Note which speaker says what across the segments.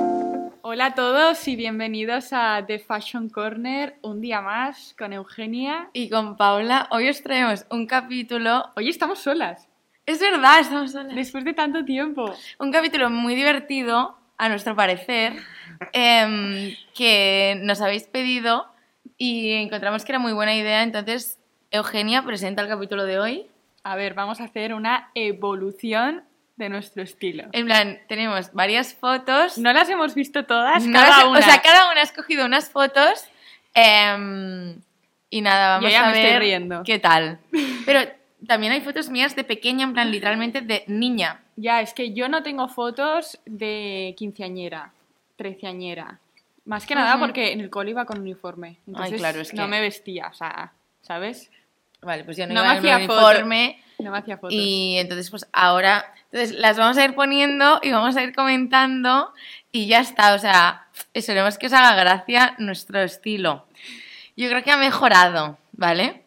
Speaker 1: Hola a todos y bienvenidos a The Fashion Corner, un día más con Eugenia.
Speaker 2: Y con Paula, hoy os traemos un capítulo.
Speaker 1: Hoy estamos solas,
Speaker 2: Es verdad, estamos solas.
Speaker 1: después de tanto tiempo.
Speaker 2: Un capítulo muy divertido, a nuestro parecer, em, que nos habéis pedido y encontramos que era muy buena idea. Entonces, Eugenia presenta el capítulo de hoy.
Speaker 1: A ver, vamos a hacer una evolución de nuestro estilo.
Speaker 2: En plan, tenemos varias fotos.
Speaker 1: No las hemos visto todas,
Speaker 2: No
Speaker 1: cada
Speaker 2: las-
Speaker 1: una.
Speaker 2: O sea, cada una ha escogido unas fotos. em, y nada, vamos
Speaker 1: Yo ya
Speaker 2: a
Speaker 1: me estoy
Speaker 2: ver
Speaker 1: riendo.
Speaker 2: qué tal. Pero también hay fotos mías de pequeña, en plan, literalmente de niña.
Speaker 1: Ya, es que yo no tengo fotos de quinceañera, treceañera. Más que nada
Speaker 2: Ujú.
Speaker 1: porque en el cole iba con uniforme. Entonces
Speaker 2: claro, es
Speaker 1: no
Speaker 2: que-
Speaker 1: me vestía, o sea, ¿sabes?
Speaker 2: Vale, pues yo no,
Speaker 1: No
Speaker 2: iba
Speaker 1: me
Speaker 2: en
Speaker 1: hacía
Speaker 2: un uniforme
Speaker 1: No me hacía fotos.
Speaker 2: y entonces pues ahora, entonces las vamos a ir poniendo y vamos a ir comentando y ya está, o sea, esperemos que os haga gracia nuestro estilo. Yo creo que ha mejorado, ¿vale?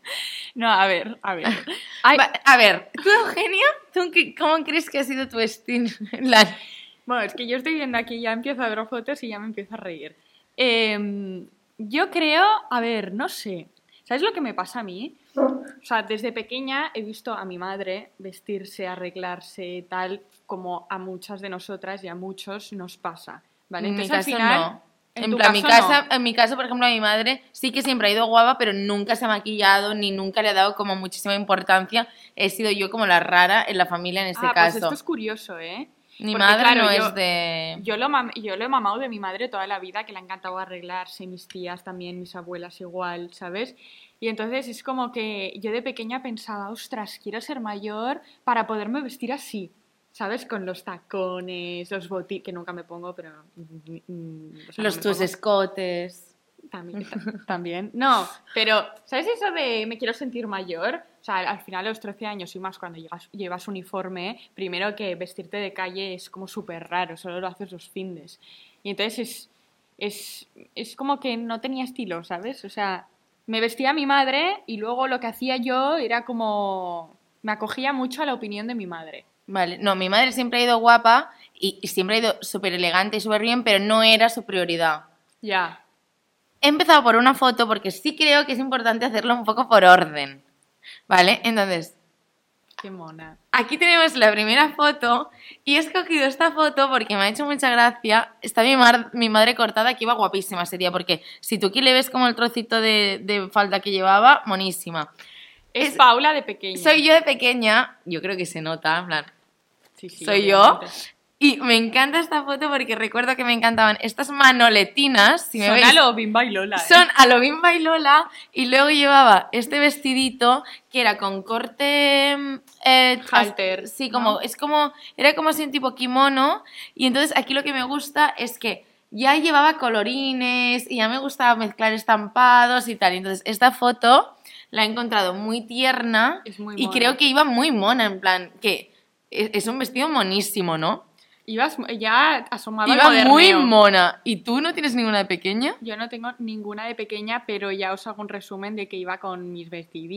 Speaker 1: No, a ver, a ver. Ay,
Speaker 2: Va- a ver, tú Eugenia, ¿tú qué- cómo crees que ha sido tu estilo? En plan,
Speaker 1: Bueno, es que yo estoy viendo aquí, ya empiezo a ver fotos y ya me empiezo a reír. Em, yo creo, a ver, no sé. ¿Sabes lo que me pasa a mí? O sea, desde pequeña he visto a mi madre vestirse, arreglarse, tal, como a muchas de nosotras y a muchos nos pasa. ¿Vale?
Speaker 2: en mi
Speaker 1: Entonces, al
Speaker 2: caso
Speaker 1: final,
Speaker 2: no. En,
Speaker 1: tu
Speaker 2: plan, mi
Speaker 1: caso no.
Speaker 2: casa, en mi caso, por ejemplo, mi madre sí que siempre ha ido guapa, pero nunca se ha maquillado ni nunca le ha dado como muchísima importancia. He sido yo como la rara en la familia en este
Speaker 1: ah,
Speaker 2: caso.
Speaker 1: pues esto es curioso, ¿eh?
Speaker 2: Mi
Speaker 1: Porque,
Speaker 2: madre
Speaker 1: claro,
Speaker 2: no
Speaker 1: yo-
Speaker 2: es de.
Speaker 1: Yo lo, mam- yo lo he mamado de mi madre toda la vida, que le ha encantado arreglarse, mis tías también, mis abuelas igual, ¿sabes? Y entonces es como que yo de pequeña pensaba, ostras, quiero ser mayor para poderme vestir así, ¿sabes? Con los tacones, los botines, que nunca me pongo, pero... mm, mm, o sea, no
Speaker 2: los
Speaker 1: me
Speaker 2: tus
Speaker 1: pongo.
Speaker 2: escotes.
Speaker 1: También, ta- también. No, pero ¿sabes eso de me quiero sentir mayor? O sea, al final a los 13 años y más cuando llegas- llevas uniforme, primero que vestirte de calle es como súper raro, solo lo haces los findes. Y entonces es, es, es como que no tenía estilo, ¿sabes? O sea, me vestía mi madre y luego lo que hacía yo era como... Me acogía mucho a la opinión de mi madre.
Speaker 2: Vale. No, mi madre siempre ha ido guapa y, y siempre ha ido súper elegante y súper bien, pero no era su prioridad.
Speaker 1: Ya.
Speaker 2: He empezado por una foto porque sí creo que es importante hacerlo un poco por orden. ¿Vale? Entonces,
Speaker 1: Qué mona.
Speaker 2: Aquí tenemos la primera foto y he escogido esta foto porque me ha hecho mucha gracia. Está mi, mar- mi madre cortada que iba guapísima ese día porque si tú aquí le ves como el trocito de, de falda que llevaba, monísima.
Speaker 1: Es,
Speaker 2: Es-
Speaker 1: Paula de pequeña.
Speaker 2: Soy yo de pequeña, yo creo que se nota, en plan,
Speaker 1: Sí, sí,
Speaker 2: soy yo.
Speaker 1: obviamente.
Speaker 2: Y me encanta esta foto porque recuerdo que me encantaban estas manoletinas, si me
Speaker 1: Son
Speaker 2: veis,
Speaker 1: a lo Bimba y Lola. ¿eh?
Speaker 2: son a lo Bimba y Lola y luego llevaba este vestidito que era con corte mm, eh,
Speaker 1: Halter,
Speaker 2: as- sí como
Speaker 1: ¿no?
Speaker 2: es como era como así un tipo kimono y entonces aquí lo que me gusta es que ya llevaba colorines y ya me gustaba mezclar estampados y tal y entonces esta foto la he encontrado muy tierna
Speaker 1: Es muy
Speaker 2: y
Speaker 1: mona.
Speaker 2: creo que iba muy mona en plan que e, es, es un vestido monísimo no
Speaker 1: Ibas, ya asomaba el
Speaker 2: iba muy
Speaker 1: moderneo.
Speaker 2: mona y tú no tienes ninguna de pequeña
Speaker 1: Yo no tengo ninguna de pequeña, pero ya os hago un resumen de que iba con mis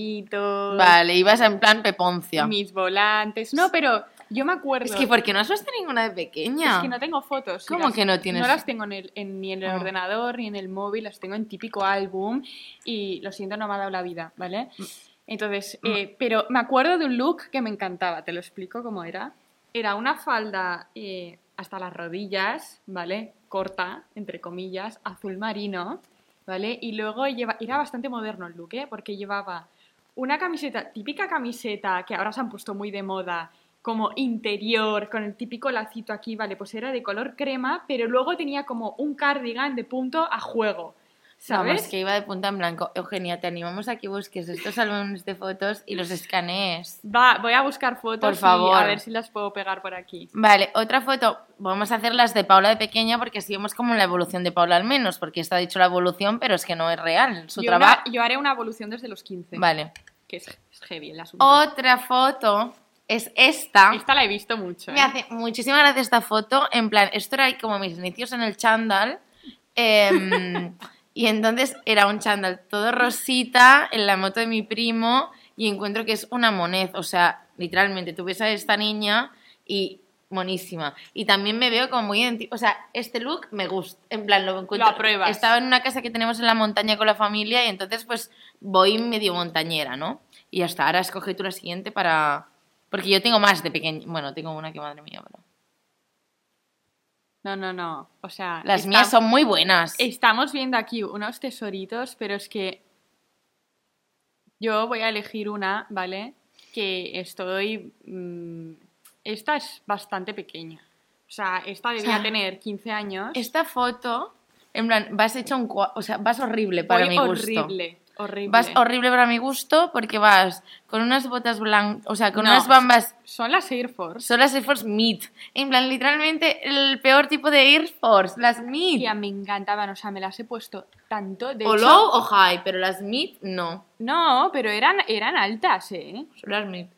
Speaker 1: vestiditos,
Speaker 2: Vale, ibas en plan peponcia.
Speaker 1: mis volantes. No, pero yo me acuerdo.
Speaker 2: Es que porque no has puesto ninguna de pequeña.
Speaker 1: Es que no tengo fotos.
Speaker 2: ¿Cómo que no tienes?
Speaker 1: No las tengo en el- en- ni en el
Speaker 2: Ah.
Speaker 1: ordenador ni en el móvil, las tengo en típico álbum y lo siento, no me ha dado la vida, ¿vale?
Speaker 2: Mm.
Speaker 1: Entonces, eh, pero me acuerdo de un look que me encantaba, te lo explico cómo era. Era una falda eh, hasta las rodillas, ¿vale? Corta, entre comillas, azul marino, ¿vale? Y luego lleva, era bastante moderno el look, ¿eh? Porque llevaba una camiseta, típica camiseta que ahora se han puesto muy de moda, como interior, con el típico lacito aquí, vale, pues era de color crema, pero luego tenía como un cardigan de punto a juego,
Speaker 2: Vamos,
Speaker 1: ¿sabes?
Speaker 2: que iba de punta en blanco. Eugenia, te animamos a que busques estos álbumes de fotos y los escanees.
Speaker 1: Va, voy a buscar fotos
Speaker 2: Por favor.
Speaker 1: y a ver si las puedo pegar por aquí.
Speaker 2: Vale, otra foto. Vamos a hacer las de Paula de pequeña porque así vemos como la evolución de Paula al menos, porque está dicho la evolución, pero es que no es real. Su
Speaker 1: yo, una-
Speaker 2: trabajo.
Speaker 1: yo haré una evolución desde los 15,
Speaker 2: Vale.
Speaker 1: que es, es heavy el asunto.
Speaker 2: Otra foto es esta.
Speaker 1: Esta la he visto mucho.
Speaker 2: Me
Speaker 1: ¿eh?
Speaker 2: hace muchísima gracia esta foto. En plan, esto era como mis inicios en el chándal. em, y entonces era un chándal todo rosita en la moto de mi primo. Y encuentro que es una moned. O sea, literalmente, tú ves a esta niña y monísima. Y también me veo como muy identi- O sea, este look me gusta. En plan, lo encuentro.
Speaker 1: Lo apruebas.
Speaker 2: Estaba en una casa que tenemos en la montaña con la familia y entonces, pues, voy medio montañera, ¿no? Y hasta ahora escoge tú la siguiente para. Porque yo tengo más de pequeña. Bueno, tengo una que madre mía, pero.
Speaker 1: No, no, no. O sea,
Speaker 2: Las
Speaker 1: está-
Speaker 2: mías son muy buenas.
Speaker 1: Estamos viendo aquí unos tesoritos, pero es que yo voy a elegir una, ¿vale? Que estoy... mm, esta es bastante pequeña. O sea, esta debía
Speaker 2: sea,
Speaker 1: tener 15 años.
Speaker 2: Esta foto, en plan, vas hecha un. cua- O sea, vas horrible para
Speaker 1: Voy
Speaker 2: mi gusto.
Speaker 1: horrible, horrible.
Speaker 2: Vas horrible para mi gusto porque vas con unas botas blancas, o sea, con
Speaker 1: No.
Speaker 2: unas bambas
Speaker 1: Son las Air Force.
Speaker 2: Son las Air Force Meat. En plan, literalmente el peor tipo de Air Force. Las
Speaker 1: Tía,
Speaker 2: Meat.
Speaker 1: me encantaban, o sea, me las he puesto tanto. De
Speaker 2: O
Speaker 1: hecho-
Speaker 2: low o high, pero las Meat no.
Speaker 1: No, pero eran, eran altas, ¿eh?
Speaker 2: Son las Meat.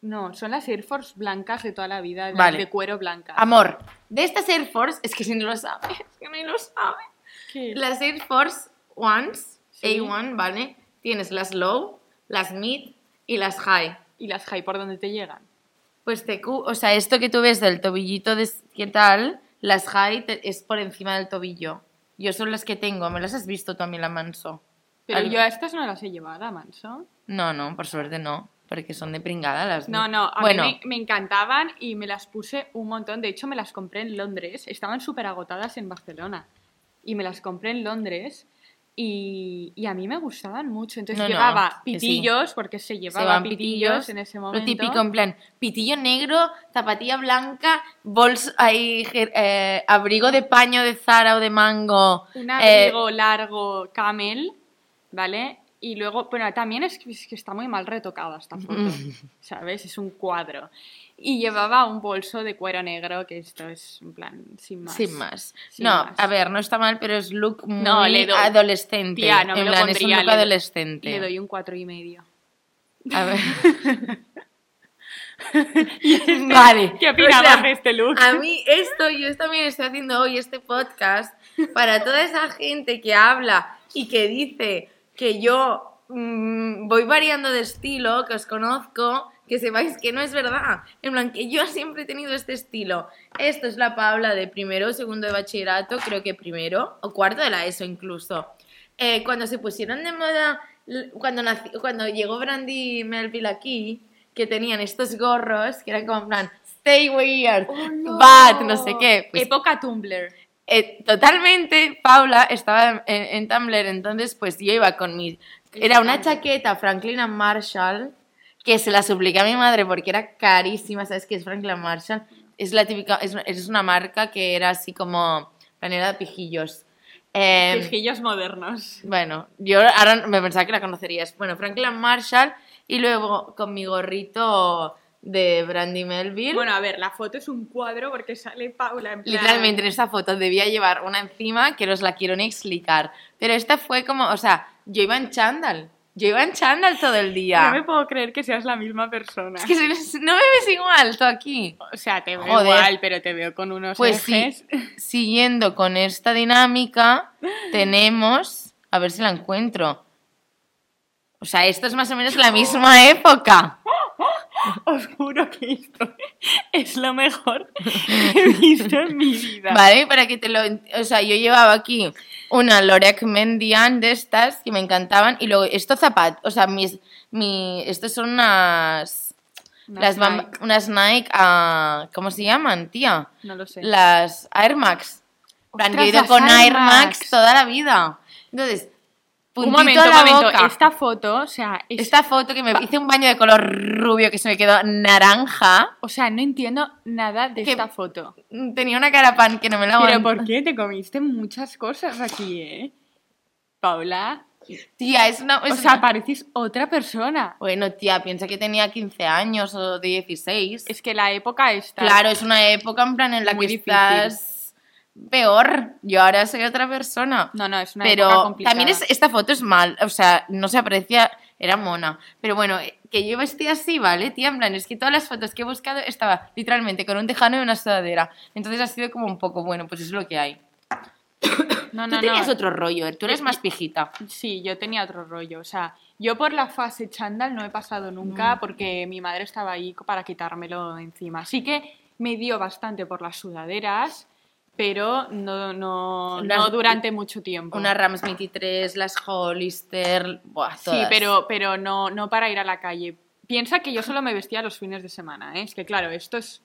Speaker 1: No, son las Air Force blancas de toda la vida, las
Speaker 2: Vale.
Speaker 1: de cuero blanca.
Speaker 2: Amor, de estas Air Force, es que si no lo sabes, es que no lo sabes.
Speaker 1: ¿Qué?
Speaker 2: Las Air Force Ones,
Speaker 1: Sí.
Speaker 2: A1, ¿vale? Tienes las low, las Meat y las high.
Speaker 1: ¿Y las high por dónde te llegan?
Speaker 2: Pues te cu- o sea, esto que tú ves del tobillito de s- qué tal, las high te- es por encima del tobillo. Yo son las que tengo, me las has visto también la manso.
Speaker 1: Pero
Speaker 2: Al-
Speaker 1: yo a estas no las he llevado, manso.
Speaker 2: No, no, por suerte no, porque son de pringada las
Speaker 1: No, no, a
Speaker 2: bueno,
Speaker 1: mí me, me encantaban y me las puse un montón. De hecho, me las compré en Londres. Estaban súper agotadas en Barcelona. Y me las compré en Londres. Y, y a mí me gustaban mucho. Entonces
Speaker 2: No, no,
Speaker 1: llevaba
Speaker 2: que sí.
Speaker 1: pitillos, porque se
Speaker 2: se
Speaker 1: llevaba
Speaker 2: van
Speaker 1: pitillos,
Speaker 2: pitillos,
Speaker 1: en ese
Speaker 2: lo
Speaker 1: momento.
Speaker 2: típico en plan, pitillo negro, zapatilla blanca, bolso, ahí, jer- eh, abrigo de paño de Zara o de mango.
Speaker 1: Un
Speaker 2: eh,
Speaker 1: abrigo largo camel, ¿vale? Y luego, bueno, también es que, es que está muy mal retocada esta foto,
Speaker 2: Mm.
Speaker 1: ¿sabes? Es un cuadro. Y llevaba un bolso de cuero negro, que esto es, en plan, sin más.
Speaker 2: Sin más.
Speaker 1: Sin
Speaker 2: no,
Speaker 1: más.
Speaker 2: a ver, no está mal, pero es look muy
Speaker 1: No, le doy-
Speaker 2: adolescente.
Speaker 1: Tía, no me
Speaker 2: en
Speaker 1: lo
Speaker 2: plan, es
Speaker 1: pondría,
Speaker 2: un
Speaker 1: le
Speaker 2: look
Speaker 1: doy-
Speaker 2: adolescente.
Speaker 1: Le doy un cuatro y medio.
Speaker 2: A ver. vale.
Speaker 1: ¿Qué opinabas
Speaker 2: o sea, ah,
Speaker 1: de este look?
Speaker 2: A mí esto, yo también estoy haciendo hoy este podcast para toda esa gente que habla y que dice que yo mm, voy variando de estilo, que os conozco, que sepáis que no es verdad. En plan, que yo siempre he tenido este estilo. Esto es la Paula de primero, segundo de bachillerato, creo que primero, o cuarto de la ESO incluso. Eh, cuando se pusieron de moda, l- cuando, naci- cuando llegó Brandy Melville aquí, que tenían estos gorros que eran como en plan, stay weird, bad, no sé qué. pues,
Speaker 1: Oh, Época Tumblr.
Speaker 2: eh, totalmente, Paula estaba en, en Tumblr, entonces pues yo iba con mi... Era una chaqueta Franklin and Marshall que se la supliqué a mi madre porque era carísima, ¿sabes qué es Franklin and Marshall? Es la típica, es, es una marca que era así como planera de pijillos. Em,
Speaker 1: Quejillos modernos.
Speaker 2: bueno, yo ahora me pensaba que la conocerías. Bueno, Franklin Marshall y luego con mi gorrito de Brandy Melville.
Speaker 1: Bueno, a ver, la foto es un cuadro porque sale Paula en plan...
Speaker 2: Literalmente en esta foto debía llevar una encima que os la quiero ni explicar. Pero esta fue como, o sea, yo iba en chándal. Yo iba en chándal todo el
Speaker 1: No me
Speaker 2: día.
Speaker 1: puedo creer que seas la misma persona.
Speaker 2: Es que se- no me ves igual tú aquí.
Speaker 1: O sea, te veo
Speaker 2: Joder.
Speaker 1: igual, pero te veo con unos
Speaker 2: Pues sí,
Speaker 1: ejes.
Speaker 2: siguiendo con esta dinámica, tenemos, a ver si la encuentro. O sea, esto es más o menos la misma época.
Speaker 1: Os juro que esto es lo mejor que he visto en mi vida.
Speaker 2: Vale, para que te lo... ent- O sea, yo llevaba aquí una Lorec Mendian de estas que me encantaban y luego estos zapatos, o sea, mis... Mi, estos son unas...
Speaker 1: Unas
Speaker 2: las bam-
Speaker 1: Nike.
Speaker 2: unas Nike, ah, ¿cómo se llaman, tía?
Speaker 1: No lo sé.
Speaker 2: Las Air Max. En plan, yo he ido
Speaker 1: Ostras,
Speaker 2: con
Speaker 1: las Air
Speaker 2: Air Max.
Speaker 1: Max.
Speaker 2: toda la vida. Entonces, puntito
Speaker 1: un momento,
Speaker 2: a
Speaker 1: un
Speaker 2: la
Speaker 1: momento.
Speaker 2: boca.
Speaker 1: Esta foto, o sea, es-
Speaker 2: Esta foto que me hice un baño de color rubio que se me quedó naranja.
Speaker 1: o sea, no entiendo nada de
Speaker 2: Que-
Speaker 1: esta foto.
Speaker 2: Tenía una cara pan que no me la
Speaker 1: Pero
Speaker 2: aguanto.
Speaker 1: ¿por qué? Te comiste muchas cosas aquí, ¿eh? Paula.
Speaker 2: Tía, es una... es
Speaker 1: o sea,
Speaker 2: una-
Speaker 1: pareces otra persona.
Speaker 2: Bueno, tía, piensa que tenía 15 años o 16.
Speaker 1: Es que la época está...
Speaker 2: claro, es una época en plan en la
Speaker 1: Muy
Speaker 2: que
Speaker 1: difícil.
Speaker 2: estás peor. Yo ahora soy otra persona.
Speaker 1: No, no, es una época
Speaker 2: pero
Speaker 1: complicada.
Speaker 2: también es- esta foto es mal, o sea, no se aprecia, era mona. Pero bueno, eh, que yo vestía así, ¿vale? Tía, en plan, es que todas las fotos que he buscado estaba literalmente con un tejano y una sudadera. Entonces ha sido como un poco, bueno, pues es lo que hay.
Speaker 1: No,
Speaker 2: tú
Speaker 1: no, no.
Speaker 2: tenías otro rollo, eh, tú eres
Speaker 1: Eh,
Speaker 2: más
Speaker 1: eh,
Speaker 2: pijita.
Speaker 1: Sí, yo tenía otro rollo. O sea, yo por la
Speaker 2: Mm.
Speaker 1: fase chándal no he pasado nunca porque mi madre estaba ahí co- para quitármelo encima. Así que me dio bastante por las sudaderas, pero no, no,
Speaker 2: Una-
Speaker 1: no durante mucho tiempo.
Speaker 2: Unas Rams 23, las Hollister, buah,
Speaker 1: sí,
Speaker 2: todas.
Speaker 1: pero, pero no, no para ir a la calle. Piensa que yo solo me vestía los fines de semana, ¿eh? es que claro, esto es,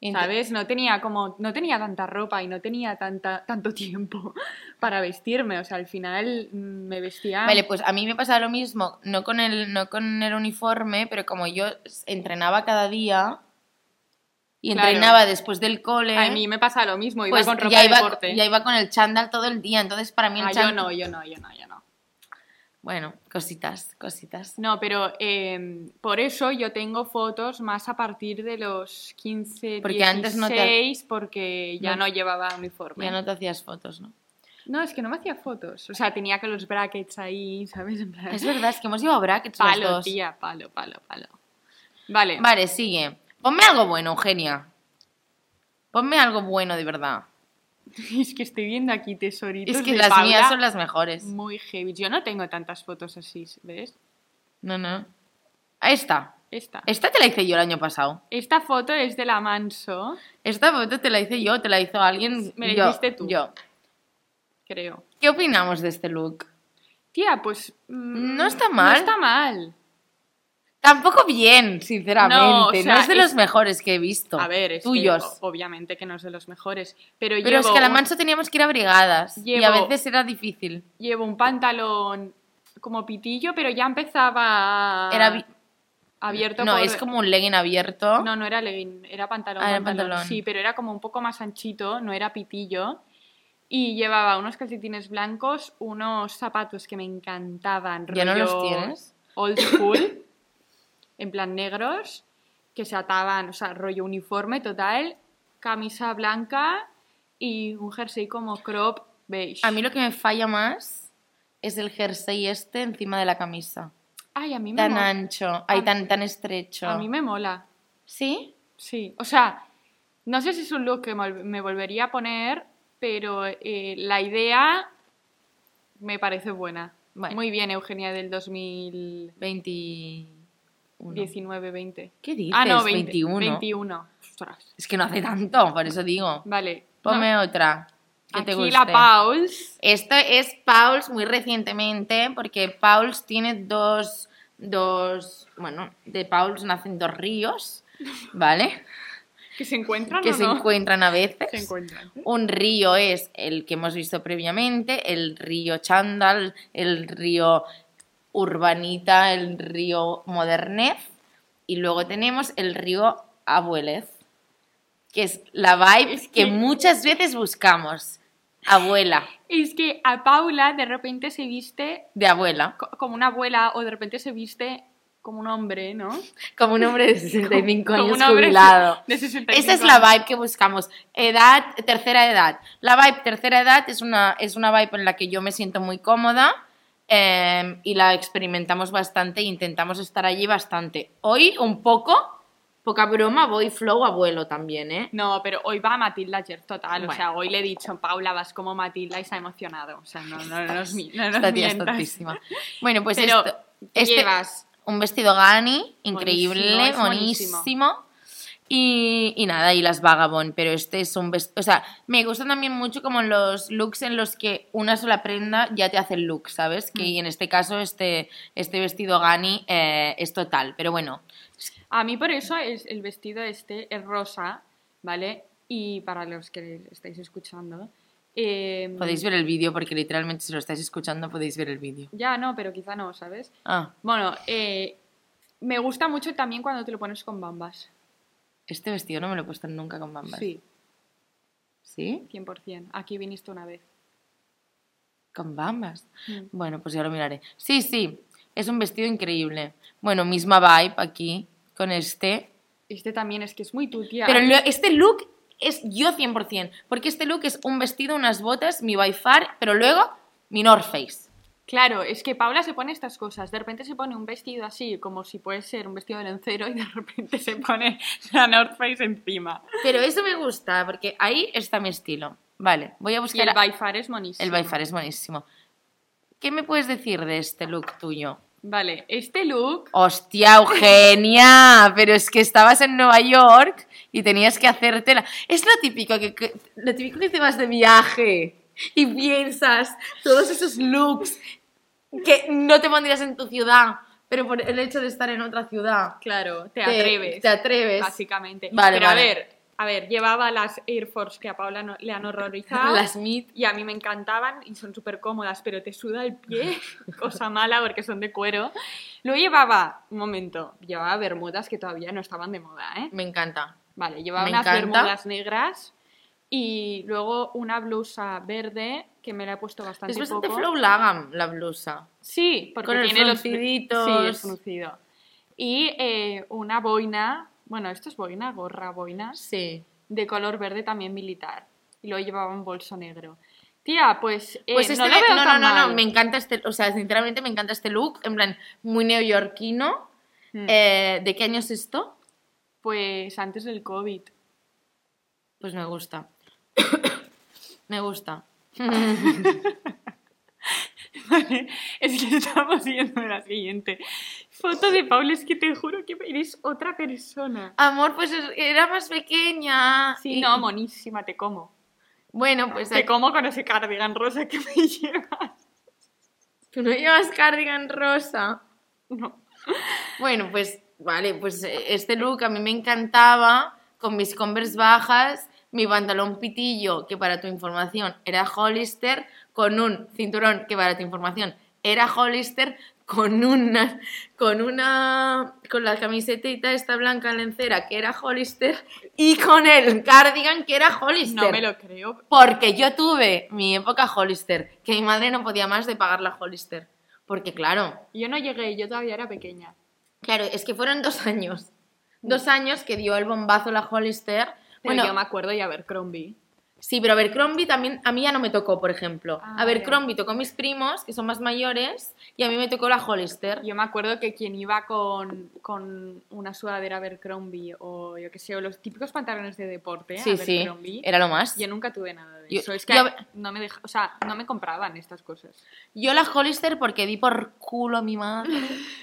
Speaker 2: Ent-
Speaker 1: ¿sabes? No tenía como, no tenía tanta ropa y no tenía tanta, tanto tiempo para vestirme, o sea, al final mm, me vestía...
Speaker 2: Vale, pues a mí me pasaba lo mismo, no con el, no con el uniforme, pero como yo s- entrenaba cada día y
Speaker 1: Claro.
Speaker 2: entrenaba después del cole,
Speaker 1: A mí me pasa lo mismo, iba
Speaker 2: ¿eh? pues
Speaker 1: con ropa
Speaker 2: ya,
Speaker 1: de
Speaker 2: iba,
Speaker 1: deporte.
Speaker 2: ya iba con el chándal todo el día, entonces para mí el
Speaker 1: Ah, yo
Speaker 2: chándal-
Speaker 1: no, yo no, yo no, yo no.
Speaker 2: Bueno, cositas, cositas.
Speaker 1: No, pero eh, por eso yo tengo fotos más a partir de los 15,
Speaker 2: Porque
Speaker 1: 16,
Speaker 2: antes no te-
Speaker 1: porque ya
Speaker 2: no-
Speaker 1: no, llevaba uniforme.
Speaker 2: Ya no te hacías fotos, ¿no?
Speaker 1: No, es que no me hacía fotos. O sea, tenía que los brackets ahí, ¿sabes? En plan,
Speaker 2: Es verdad, es que hemos llevado brackets los
Speaker 1: palo,
Speaker 2: dos.
Speaker 1: tía, palo, palo, palo. Vale,
Speaker 2: Vale, sigue. Ponme algo bueno, Eugenia. Ponme algo bueno, de verdad.
Speaker 1: es que estoy viendo aquí tesoritos
Speaker 2: Es que
Speaker 1: de
Speaker 2: las
Speaker 1: Paula
Speaker 2: mías son las mejores.
Speaker 1: muy heavy. Yo no tengo tantas fotos así, ¿ves?
Speaker 2: No, no. Ahí está.
Speaker 1: Esta.
Speaker 2: Esta te la hice yo el año pasado.
Speaker 1: Esta foto es de la Manso,
Speaker 2: Esta foto te la hice yo, te la hizo alguien.
Speaker 1: Me la
Speaker 2: yo,
Speaker 1: hiciste tú.
Speaker 2: Yo.
Speaker 1: creo.
Speaker 2: ¿Qué opinamos de este look?
Speaker 1: Tía, pues... mm,
Speaker 2: No está mal.
Speaker 1: No está mal.
Speaker 2: Tampoco bien, sinceramente. No,
Speaker 1: No, o sea,
Speaker 2: es de
Speaker 1: es-
Speaker 2: los mejores que he visto.
Speaker 1: A ver, es que,
Speaker 2: Tuyos.
Speaker 1: o- obviamente que no es de los mejores, pero,
Speaker 2: Pero
Speaker 1: llevo,
Speaker 2: es que a la
Speaker 1: un-
Speaker 2: manso teníamos que ir a brigadas. Y a
Speaker 1: Llevo-
Speaker 2: veces era difícil.
Speaker 1: llevo un pantalón como pitillo, pero ya empezaba
Speaker 2: Era vi-
Speaker 1: abierto.
Speaker 2: no,
Speaker 1: por-
Speaker 2: es como un legging abierto.
Speaker 1: No, no era legging, era pantalón,
Speaker 2: Ah, era
Speaker 1: pantalón.
Speaker 2: pantalón.
Speaker 1: Sí, pero era como un poco más anchito, no era pitillo. Y llevaba unos calcetines blancos, unos zapatos que me encantaban.
Speaker 2: ¿Ya no los
Speaker 1: rollo
Speaker 2: tienes?
Speaker 1: Old school, en plan negros, que se ataban, o sea, rollo uniforme total, camisa blanca y un jersey como crop beige.
Speaker 2: A mí lo que me falla más es el jersey este encima de la camisa.
Speaker 1: Ay, a mí me
Speaker 2: Tan
Speaker 1: mola.
Speaker 2: ancho, ay, tan, tan estrecho.
Speaker 1: A mí me mola.
Speaker 2: ¿Sí?
Speaker 1: Sí, o sea, no sé si es un look que mol- me volvería a poner, pero eh, la idea me parece buena.
Speaker 2: Bueno.
Speaker 1: Muy bien, Eugenia del 2019-20.
Speaker 2: 21. ¿Qué dices?
Speaker 1: Ah, no, 20,
Speaker 2: 21.
Speaker 1: 21. Ostras.
Speaker 2: Es que no hace tanto, por eso digo.
Speaker 1: Vale.
Speaker 2: Ponme
Speaker 1: No,
Speaker 2: otra. Que te
Speaker 1: aquí
Speaker 2: guste.
Speaker 1: la Pauls.
Speaker 2: Esto es Pauls muy recientemente, porque Pauls tiene dos, dos, bueno, de Pauls nacen dos ríos, ¿vale?
Speaker 1: Que se encuentran
Speaker 2: que
Speaker 1: o
Speaker 2: se
Speaker 1: no?
Speaker 2: encuentran a veces.
Speaker 1: Se encuentran.
Speaker 2: Un río es el que hemos visto previamente, el río Chandal, el río Urbanita, el río Modernez. Y luego tenemos el río Abuelez, que es la vibe
Speaker 1: Es que-
Speaker 2: que... muchas veces buscamos. Abuela,
Speaker 1: Es que a Paula de repente se viste
Speaker 2: de abuela.
Speaker 1: co- como una abuela o de repente se viste como un hombre, ¿no?
Speaker 2: Como un hombre de 65
Speaker 1: Como
Speaker 2: años
Speaker 1: un hombre
Speaker 2: jubilado.
Speaker 1: de 65
Speaker 2: Esa es la
Speaker 1: años.
Speaker 2: vibe que buscamos. Edad, tercera edad. La vibe tercera edad es una, es una vibe en la que yo me siento muy cómoda eh, y la experimentamos bastante e intentamos estar allí bastante. Hoy un poco, poca broma, voy flow abuelo también, ¿eh?
Speaker 1: No, pero hoy va Matilda ayer total.
Speaker 2: Bueno.
Speaker 1: O sea, hoy le he dicho, Paula, vas como Matilda y se ha emocionado. O sea, no, no, no nos, mi- no nos
Speaker 2: Esta tía es
Speaker 1: mientas.
Speaker 2: tontísima. Bueno, pues
Speaker 1: Pero
Speaker 2: esto, este-
Speaker 1: llevas
Speaker 2: un vestido Gani, increíble,
Speaker 1: Buenísimo, es
Speaker 2: buenísimo.
Speaker 1: buenísimo.
Speaker 2: Y, y nada, y las Vagabond, pero este es un vestido. O sea, me gustan también mucho como los looks en los que una sola prenda ya te hace el look, ¿sabes? Que
Speaker 1: Mm.
Speaker 2: y en este caso, este, este vestido Gani eh, es total. Pero bueno,
Speaker 1: A mí por eso es, el vestido este es rosa, ¿vale? Y para los que estáis escuchando... eh,
Speaker 2: podéis ver el vídeo porque literalmente si lo estáis escuchando podéis ver el vídeo.
Speaker 1: Ya, no, pero quizá no, ¿sabes?
Speaker 2: Ah,
Speaker 1: Bueno, eh, me gusta mucho también cuando te lo pones con bambas.
Speaker 2: este vestido no me lo he puesto nunca con bambas.
Speaker 1: Sí,
Speaker 2: ¿Sí?
Speaker 1: 100%. Aquí viniste una vez.
Speaker 2: Con bambas.
Speaker 1: Mm.
Speaker 2: Bueno, pues ya lo miraré. Sí, sí, es un vestido increíble. Bueno, misma vibe aquí con este.
Speaker 1: Este también es que es muy tu tía.
Speaker 2: Pero lo- este look es yo 100%, porque este look es un vestido, unas botas, mi by far, pero luego mi North Face.
Speaker 1: Claro, es que Paula se pone estas cosas. De repente se pone un vestido así, como si puede ser un vestido de lencero, y de repente se pone la North Face encima.
Speaker 2: Pero eso me gusta, porque ahí está mi estilo. Vale, voy a
Speaker 1: Y
Speaker 2: buscar...
Speaker 1: el
Speaker 2: a-
Speaker 1: by far es monísimo.
Speaker 2: el by far es buenísimo. ¿Qué me puedes decir de este look tuyo?
Speaker 1: Vale, este look.
Speaker 2: Hostia, Eugenia, pero es que estabas en Nueva York y tenías que hacértela. Es lo típico que, que- lo típico que te vas de viaje y piensas todos esos looks que no te pondrías en tu ciudad, pero por el hecho de estar en otra ciudad
Speaker 1: Claro, te atreves.
Speaker 2: Te atreves.
Speaker 1: Básicamente.
Speaker 2: Vale,
Speaker 1: Pero
Speaker 2: vale.
Speaker 1: a ver, a ver, llevaba las Air Force que a Paula no- le han horrorizado.
Speaker 2: Las mid.
Speaker 1: Y a mí me encantaban y son súper cómodas, pero te suda el pie, cosa mala porque son de cuero. Luego llevaba, un momento, llevaba bermudas que todavía no estaban de moda, ¿eh?
Speaker 2: Me encanta.
Speaker 1: Vale, llevaba
Speaker 2: Me
Speaker 1: unas
Speaker 2: encanta.
Speaker 1: bermudas negras y luego una blusa verde que me la he puesto bastante
Speaker 2: Es bastante
Speaker 1: poco.
Speaker 2: flow lagam la blusa.
Speaker 1: Sí, porque
Speaker 2: Con el
Speaker 1: tiene los
Speaker 2: frunciditos.
Speaker 1: Sí, es fruncido. Y eh, una boina, bueno, esto es boina, gorra, boinas,
Speaker 2: Sí.
Speaker 1: de color verde también militar. Y luego llevaba un bolso negro. Tía, pues, eh,
Speaker 2: Pues este
Speaker 1: no lo veo
Speaker 2: no,
Speaker 1: tan
Speaker 2: no, no, no,
Speaker 1: mal.
Speaker 2: me encanta este, o sea, sinceramente me encanta este look, en plan, muy neoyorquino.
Speaker 1: Mm.
Speaker 2: Eh, ¿De qué año es esto?
Speaker 1: Pues antes del COVID.
Speaker 2: Pues me gusta. me gusta.
Speaker 1: Vale, es que estamos viendo la siguiente. Foto de Paul, es que te juro que eres otra persona.
Speaker 2: Amor, pues es- era más pequeña.
Speaker 1: Sí,
Speaker 2: Y-
Speaker 1: no, monísima, te como.
Speaker 2: Bueno, pues
Speaker 1: Te como con ese cardigan rosa que me llevas.
Speaker 2: tú no llevas cardigan rosa.
Speaker 1: No.
Speaker 2: Bueno, pues vale, pues eh, este look a mí me encantaba con mis Converse bajas, mi pantalón pitillo, que para tu información era Hollister, con un cinturón que para tu información era Hollister, con una con una con la camisetita esta blanca lencera que era Hollister y con el cardigan que era Hollister.
Speaker 1: No me lo creo.
Speaker 2: Porque yo tuve mi época Hollister, que mi madre no podía más de pagar la Hollister, porque claro,
Speaker 1: Yo no llegué, yo todavía era pequeña.
Speaker 2: Claro, es que fueron dos años. Dos años que dio el bombazo la Hollister.
Speaker 1: Mm. Pero
Speaker 2: Bueno,
Speaker 1: yo me acuerdo de Abercrombie.
Speaker 2: sí, pero Abercrombie también, a mí ya no me tocó, por ejemplo.
Speaker 1: Ah,
Speaker 2: Abercrombie tocó mis primos, que son más mayores, y a mí me tocó la Hollister.
Speaker 1: Yo me acuerdo que quien iba con, con una sudadera Abercrombie o yo qué sé, o los típicos pantalones de deporte
Speaker 2: sí, sí,
Speaker 1: Abercrombie.
Speaker 2: era lo más.
Speaker 1: Yo nunca tuve nada de
Speaker 2: Yo-
Speaker 1: eso. Es que
Speaker 2: yo-
Speaker 1: no me deja- o sea, no me compraban estas cosas.
Speaker 2: Yo la Hollister porque di por culo a mi madre.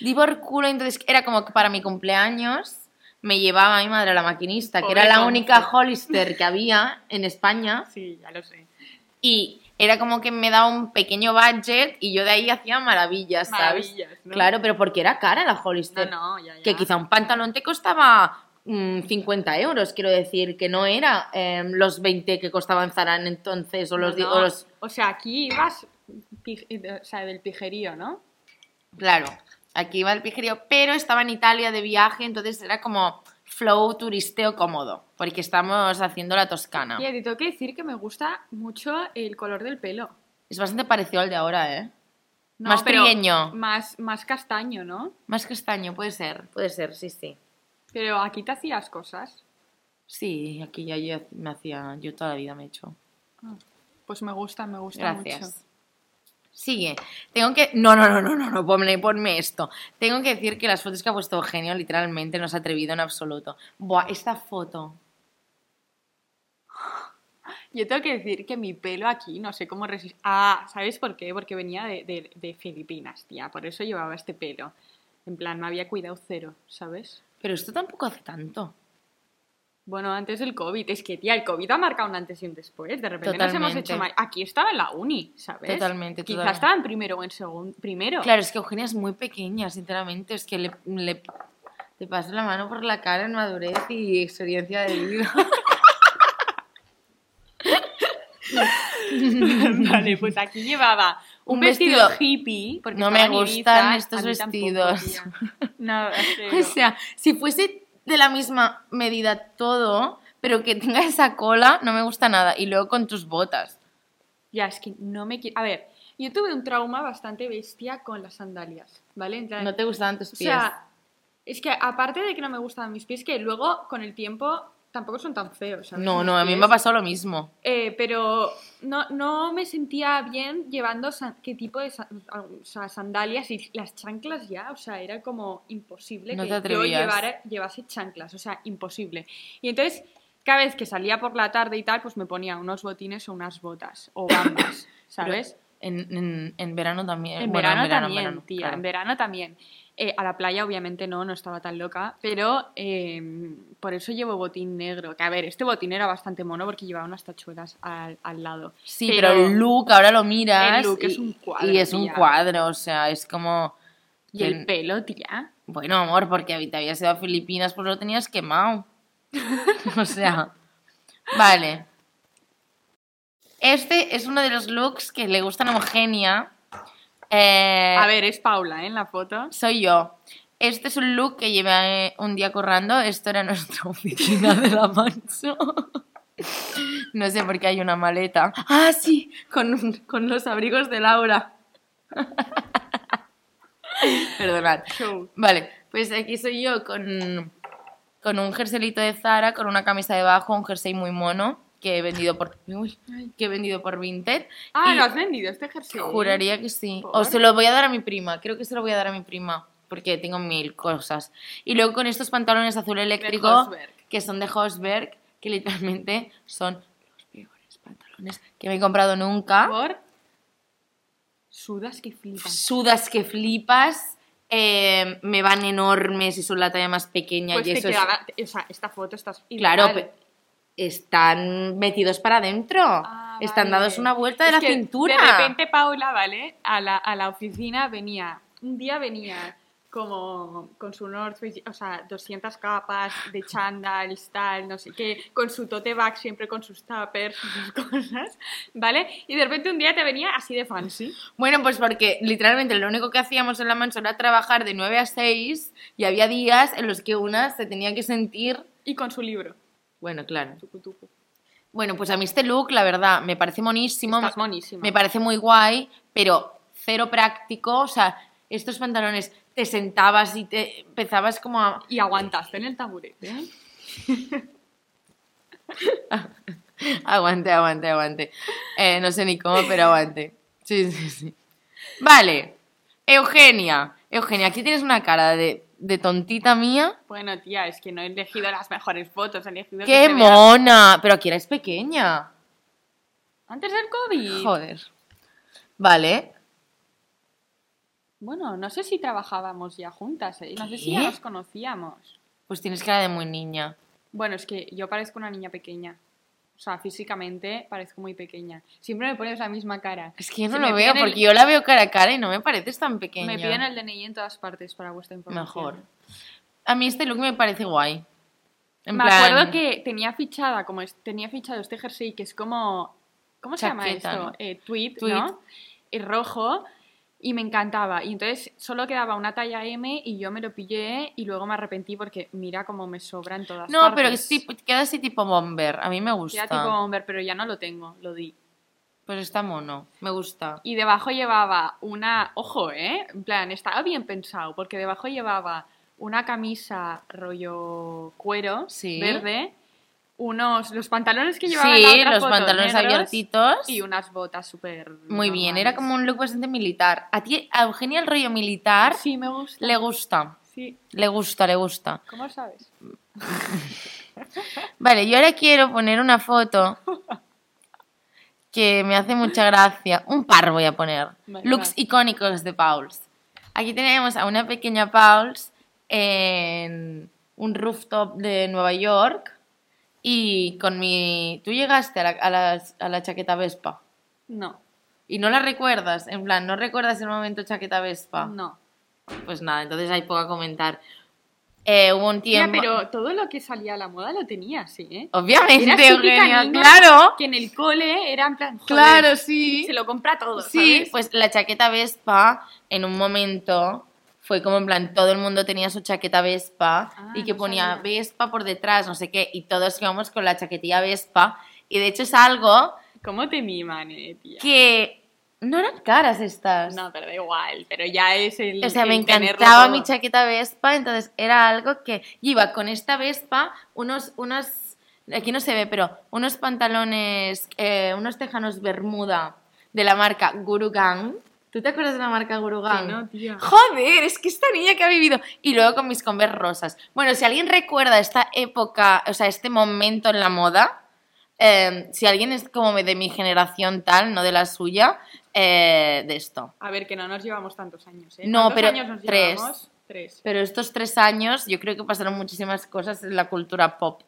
Speaker 2: di por culo, entonces era como que para mi cumpleaños me llevaba mi madre a la maquinista, que
Speaker 1: Pobre
Speaker 2: era la
Speaker 1: tonto.
Speaker 2: única Hollister que había en España.
Speaker 1: Sí, ya lo sé.
Speaker 2: Y era como que me daba un pequeño budget y yo de ahí hacía maravillas, ¿sabes?
Speaker 1: Maravillas, ¿no?
Speaker 2: Claro, pero porque era cara la
Speaker 1: No,
Speaker 2: Hollister.
Speaker 1: no, ya, ya.
Speaker 2: Que quizá un pantalón te costaba mm, 50 euros, quiero decir, que no era em, los 20 que costaban Zara en entonces o
Speaker 1: No,
Speaker 2: los, di-
Speaker 1: no.
Speaker 2: o los-
Speaker 1: O sea, aquí ibas pij- eh, o sea, del pijerío, ¿no?
Speaker 2: Claro, aquí iba el pijerío, pero estaba en Italia de viaje, entonces era como flow turisteo cómodo, porque estamos haciendo la Toscana.
Speaker 1: Y te tengo que decir que me gusta mucho el color del pelo.
Speaker 2: Es bastante parecido al de ahora, ¿eh?
Speaker 1: No,
Speaker 2: Más
Speaker 1: pero
Speaker 2: trigueño.
Speaker 1: Más, más castaño, ¿no?
Speaker 2: Más castaño, puede ser, puede ser, sí, sí.
Speaker 1: Pero aquí te hacías cosas.
Speaker 2: Sí, aquí ya yo me hacía, yo toda la vida me he hecho.
Speaker 1: Pues me gusta, me gusta mucho.
Speaker 2: Gracias. Sigue. Tengo que. No, no, no, no, no, no, ponme, ponme esto. Tengo que decir que las fotos que ha puesto Eugenio literalmente no se ha atrevido en absoluto. Buah, esta foto.
Speaker 1: Yo tengo que decir que mi pelo aquí, no sé cómo resiste. Ah, ¿sabes por qué? Porque venía de, de- de Filipinas, tía. Por eso llevaba este pelo. En plan, me había cuidado cero, ¿sabes?
Speaker 2: Pero esto tampoco hace tanto.
Speaker 1: Bueno, antes del COVID. Es que, tía, el COVID ha marcado un antes y un después. De repente nos hemos
Speaker 2: Totalmente.
Speaker 1: hecho mal. Aquí estaba en la uni, ¿sabes?
Speaker 2: Totalmente,
Speaker 1: Quizás
Speaker 2: totalmente.
Speaker 1: estaba en primero o en segundo. Primero.
Speaker 2: Claro, es que Eugenia es muy pequeña, sinceramente. Es que le, le, le paso la mano por la cara en madurez y experiencia de vida.
Speaker 1: vale, pues aquí llevaba un,
Speaker 2: Un
Speaker 1: vestido,
Speaker 2: vestido-
Speaker 1: hippie. Porque
Speaker 2: No me
Speaker 1: estaba en
Speaker 2: gustan
Speaker 1: Ibiza.
Speaker 2: estos
Speaker 1: A mí tampoco,
Speaker 2: vestidos. Pues
Speaker 1: tía. no,
Speaker 2: O
Speaker 1: cero.
Speaker 2: sea, si fuese de la misma medida todo, pero que tenga esa cola, no me gusta nada. Y luego con tus botas.
Speaker 1: Ya, es que no me quiero. A ver, yo tuve un trauma bastante bestia con las sandalias, ¿vale? En plan-
Speaker 2: No te gustaban tus
Speaker 1: o
Speaker 2: pies.
Speaker 1: sea, es que aparte de que no me gustaban mis pies, que luego con el tiempo tampoco son tan feos. ¿sabes?
Speaker 2: no,
Speaker 1: Mis
Speaker 2: no, a mí
Speaker 1: pies.
Speaker 2: me ha pasado lo mismo.
Speaker 1: Eh, pero no, no me sentía bien llevando san- qué tipo de san- o sea, sandalias y las chanclas ya, o sea, era como imposible
Speaker 2: No
Speaker 1: que
Speaker 2: te
Speaker 1: yo
Speaker 2: atrevías.
Speaker 1: llevara, llevase chanclas, o sea, imposible. Y entonces, cada vez que salía por la tarde y tal, pues me ponía unos botines o unas botas o bambas, ¿sabes?
Speaker 2: En, en, en verano también.
Speaker 1: En
Speaker 2: eh, Bueno,
Speaker 1: verano, también, tía,
Speaker 2: claro.
Speaker 1: en verano también. Eh, a la playa obviamente no, no estaba tan loca, pero eh, por eso llevo botín negro. Que a ver, este botín era bastante mono porque llevaba unas tachuelas al, al lado.
Speaker 2: Sí, pero, el look ahora lo miras.
Speaker 1: El look
Speaker 2: y,
Speaker 1: es un cuadro,
Speaker 2: Y es un
Speaker 1: tía.
Speaker 2: cuadro, o sea, es como.
Speaker 1: Y el
Speaker 2: que-
Speaker 1: pelo, tía.
Speaker 2: Bueno, amor, porque te habías ido a Filipinas, pues lo tenías quemado. o sea, vale. Este es uno de los looks que le gustan a Eugenia. Eh,
Speaker 1: A ver, es Paula, ¿eh? En la foto.
Speaker 2: Soy yo. Este es un look que llevé eh, un día currando. Esto era nuestra oficina de la mancha. No sé por qué hay una maleta. Ah, sí, con, con los abrigos de Laura. Perdonad.
Speaker 1: Show.
Speaker 2: Vale, pues aquí soy yo con, con un jerselito de Zara, con una camisa debajo, un jersey muy mono que he vendido por, uy, que he vendido por Vinted.
Speaker 1: Ah,
Speaker 2: Y
Speaker 1: lo has vendido este jersey.
Speaker 2: Juraría que sí. O
Speaker 1: ¿Por?
Speaker 2: se lo voy a dar a mi prima, creo que se lo voy a dar a mi prima, porque tengo mil cosas. Y luego con estos pantalones azul eléctrico,
Speaker 1: Hossberg.
Speaker 2: que son de Hosberg, que literalmente son los peores pantalones ¿Ah? que me he comprado nunca.
Speaker 1: Por... Sudas que
Speaker 2: Pues,
Speaker 1: flipas.
Speaker 2: Sudas que flipas. eh, me van enormes y son la talla más pequeña
Speaker 1: Pues
Speaker 2: y
Speaker 1: te
Speaker 2: eso es-
Speaker 1: quedaba... O sea, esta foto estás
Speaker 2: Claro,
Speaker 1: ideal.
Speaker 2: pe- están metidos para adentro.
Speaker 1: Ah,
Speaker 2: están
Speaker 1: vale.
Speaker 2: dados una vuelta de
Speaker 1: Es
Speaker 2: la
Speaker 1: que
Speaker 2: cintura.
Speaker 1: De repente Paula, ¿vale? A la, a la oficina venía, un día venía como con su North Face, o sea, 200 capas de chandals, tal, no sé qué, con su tote bag siempre con sus tuppers, sus cosas, ¿vale? Y de repente un día te venía así de fancy.
Speaker 2: Bueno, pues porque literalmente lo único que hacíamos en la mansión era trabajar de 9 a 6 y había días en los que una se tenía que sentir.
Speaker 1: Y con su libro.
Speaker 2: Bueno, claro.
Speaker 1: Tucu, tucu.
Speaker 2: Bueno, pues a mí este look, la verdad, me parece monísimo.
Speaker 1: Estás monísima.
Speaker 2: Me parece muy guay, pero cero práctico. O sea, estos pantalones te sentabas y te empezabas como a,
Speaker 1: Y aguantaste en el taburete. ¿eh?
Speaker 2: Aguante, aguante, aguante. Eh, no sé ni cómo, pero aguante. Sí, sí, sí. Vale. Eugenia. Eugenia, aquí tienes una cara de, de tontita mía.
Speaker 1: Bueno, tía, es que no he elegido las mejores fotos, he elegido... que
Speaker 2: ¡Qué
Speaker 1: se vea-
Speaker 2: mona! Pero aquí eres pequeña.
Speaker 1: Antes del COVID.
Speaker 2: Joder. Vale.
Speaker 1: Bueno, no sé si trabajábamos ya juntas, ¿eh? no sé si
Speaker 2: ¿Qué?
Speaker 1: ya nos conocíamos.
Speaker 2: Pues tienes cara de muy niña.
Speaker 1: Bueno, es que yo parezco una niña pequeña. O sea, físicamente parezco muy pequeña. Siempre me pones la misma cara.
Speaker 2: Es que yo
Speaker 1: Si
Speaker 2: no
Speaker 1: me
Speaker 2: lo veo
Speaker 1: piden el-
Speaker 2: porque yo la veo cara a cara y no me pareces tan pequeña.
Speaker 1: Me piden el DNI en todas partes para vuestra información.
Speaker 2: Mejor. A mí este look me parece guay. En
Speaker 1: me
Speaker 2: plan-
Speaker 1: acuerdo que tenía fichada, como es- tenía fichado este jersey que es como. ¿Cómo se llama
Speaker 2: Chaqueta,
Speaker 1: esto?
Speaker 2: ¿no?
Speaker 1: Eh, tweed,
Speaker 2: Tweed.
Speaker 1: ¿no? Es rojo y me encantaba. Y entonces solo quedaba una talla M y yo me lo pillé y luego me arrepentí porque mira cómo me sobran todas
Speaker 2: No,
Speaker 1: partes.
Speaker 2: pero es tipo- queda así tipo bomber. A mí me gusta.
Speaker 1: Ya tipo bomber, pero ya no lo tengo, lo di.
Speaker 2: Pues está mono, me gusta.
Speaker 1: Y debajo llevaba una, ojo, ¿eh? En plan, estaba bien pensado, porque debajo llevaba una camisa rollo cuero,
Speaker 2: Sí.
Speaker 1: verde, unos, los pantalones que llevaba en la
Speaker 2: Sí,
Speaker 1: otra
Speaker 2: los
Speaker 1: foto,
Speaker 2: pantalones
Speaker 1: negros,
Speaker 2: abiertitos.
Speaker 1: Y unas botas súper...
Speaker 2: Muy bien,
Speaker 1: normales.
Speaker 2: era como un look bastante militar. A ti, a Eugenia el rollo militar,
Speaker 1: Sí, me gusta.
Speaker 2: le gusta,
Speaker 1: Sí,
Speaker 2: le gusta, le gusta.
Speaker 1: ¿cómo sabes?
Speaker 2: Vale, yo ahora quiero poner una foto que me hace mucha gracia. Un par voy a poner.
Speaker 1: Vale,
Speaker 2: Looks
Speaker 1: va.
Speaker 2: icónicos de Pauls. Aquí tenemos a una pequeña Pauls en un rooftop de Nueva York y con mi... Tú llegaste a la, a las- a la chaqueta Vespa
Speaker 1: No,
Speaker 2: y no la recuerdas, en plan, no recuerdas el momento chaqueta Vespa.
Speaker 1: no.
Speaker 2: Pues nada, entonces hay poco a comentar. Eh, hubo un
Speaker 1: Tía,
Speaker 2: tiempo...
Speaker 1: pero todo lo que salía a la moda lo tenía, sí, ¿eh? Era
Speaker 2: Obviamente,
Speaker 1: típica
Speaker 2: Eugenia,
Speaker 1: niña
Speaker 2: claro.
Speaker 1: Que en el cole era en plan... joder,
Speaker 2: Claro, sí.
Speaker 1: Se lo compra todo,
Speaker 2: Sí,
Speaker 1: ¿sabes?
Speaker 2: pues la chaqueta Vespa en un momento fue como en plan, todo el mundo tenía su chaqueta Vespa
Speaker 1: Ah,
Speaker 2: y que
Speaker 1: no
Speaker 2: ponía
Speaker 1: sabía.
Speaker 2: Vespa por detrás, no sé qué, y todos íbamos con la chaquetilla Vespa. Y de hecho es algo
Speaker 1: ¿Cómo te miman, eh, tía?
Speaker 2: que no eran caras estas.
Speaker 1: No, pero da igual, pero ya es el.
Speaker 2: O sea, me
Speaker 1: el tenerlo
Speaker 2: encantaba
Speaker 1: todo.
Speaker 2: mi chaqueta Vespa, entonces era algo que yo iba con esta Vespa, unos, unos, aquí no se ve, pero unos pantalones, eh, unos tejanos Bermuda de la marca Gurugang. ¿Tú te acuerdas de la marca Gurugang?
Speaker 1: Que no, tía.
Speaker 2: Joder, es que esta niña que ha vivido. Y luego con mis Converse rosas. Bueno, si alguien recuerda esta época, o sea, este momento en la moda, eh, si alguien es como de mi generación tal, no de la suya, eh, de esto.
Speaker 1: A ver, que no nos llevamos tantos años, ¿eh?
Speaker 2: No,
Speaker 1: ¿Cuántos
Speaker 2: pero
Speaker 1: años nos
Speaker 2: tres.
Speaker 1: llevamos? Tres.
Speaker 2: Pero estos tres años yo creo que pasaron muchísimas cosas en la cultura pop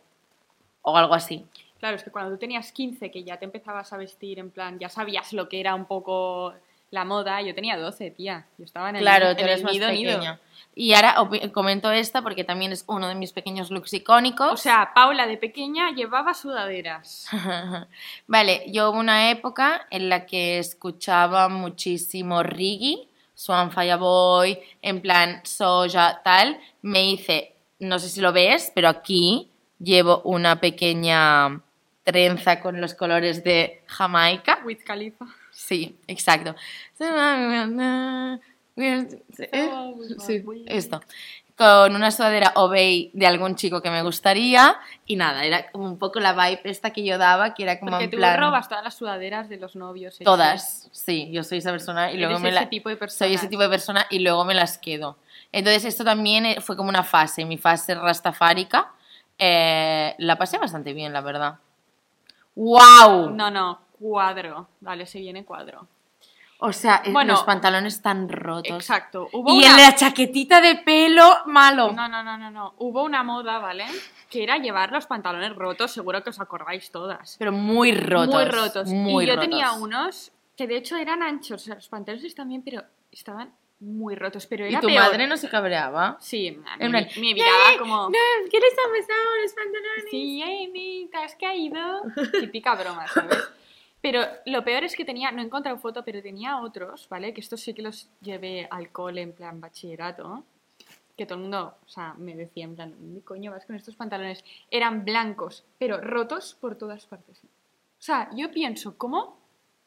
Speaker 2: o algo así.
Speaker 1: Claro, es que cuando tú tenías 15, que ya te empezabas a vestir en plan, ya sabías lo que era un poco la moda, yo tenía 12, tía. Yo estaba en el,
Speaker 2: Claro,
Speaker 1: en
Speaker 2: tú eres
Speaker 1: el
Speaker 2: más
Speaker 1: nido, nido.
Speaker 2: pequeña. Y ahora opi- comento esta porque también es uno de mis pequeños looks icónicos.
Speaker 1: O sea, Paula de pequeña llevaba sudaderas.
Speaker 2: vale, yo hubo una época en la que escuchaba muchísimo reggae, Swan Fireboy, en plan soya, tal. Me hice, no sé si lo ves, pero aquí llevo una pequeña trenza con los colores de Jamaica.
Speaker 1: With Khalifa.
Speaker 2: Sí, exacto. ¿Eh?
Speaker 1: Oh,
Speaker 2: Sí, esto. Con una sudadera Obey de algún chico que me gustaría. Y nada, era como un poco la vibe esta que yo daba, que era como
Speaker 1: Porque
Speaker 2: en
Speaker 1: tú
Speaker 2: plan.
Speaker 1: robas todas las sudaderas de los novios. hechas.
Speaker 2: Todas, sí, yo soy esa persona y luego
Speaker 1: Eres
Speaker 2: me
Speaker 1: ese
Speaker 2: la-
Speaker 1: tipo de
Speaker 2: soy ese
Speaker 1: personas.
Speaker 2: tipo de persona y luego me las quedo. Entonces esto también eh, fue como una fase, mi fase rastafárica. Eh, la pasé bastante bien, la verdad. ¡Wow!
Speaker 1: No, no, cuadro. Vale, se viene cuadro.
Speaker 2: O sea, eh,
Speaker 1: Bueno,
Speaker 2: los pantalones tan rotos.
Speaker 1: Exacto. Hubo
Speaker 2: Y
Speaker 1: una...
Speaker 2: en la chaquetita de pelo malo.
Speaker 1: No, no, no, no, no. Hubo una moda, ¿vale? Que era llevar los pantalones rotos, seguro que os acordáis todas.
Speaker 2: Pero muy rotos.
Speaker 1: Muy rotos.
Speaker 2: muy
Speaker 1: y yo
Speaker 2: rotos.
Speaker 1: tenía unos que de hecho eran anchos, o sea, los pantalones están bien, pero estaban muy rotos. Pero
Speaker 2: Y
Speaker 1: era
Speaker 2: tu
Speaker 1: peor.
Speaker 2: madre no se cabreaba.
Speaker 1: Sí, a mí
Speaker 2: En plan,
Speaker 1: me, me miraba
Speaker 2: "Ay,
Speaker 1: como...
Speaker 2: No, ¿qué les ha pasado a los pantalones?
Speaker 1: Sí, Amy, te has caído. Típica broma, ¿sabes? Pero lo peor es que tenía, no he encontrado foto, pero tenía otros, ¿vale? Que estos sí que los llevé al cole en plan bachillerato. Que todo el mundo, o sea, me decía en plan, ¿dónde coño vas con estos pantalones? Eran blancos, pero rotos por todas partes. O sea, yo pienso, ¿cómo?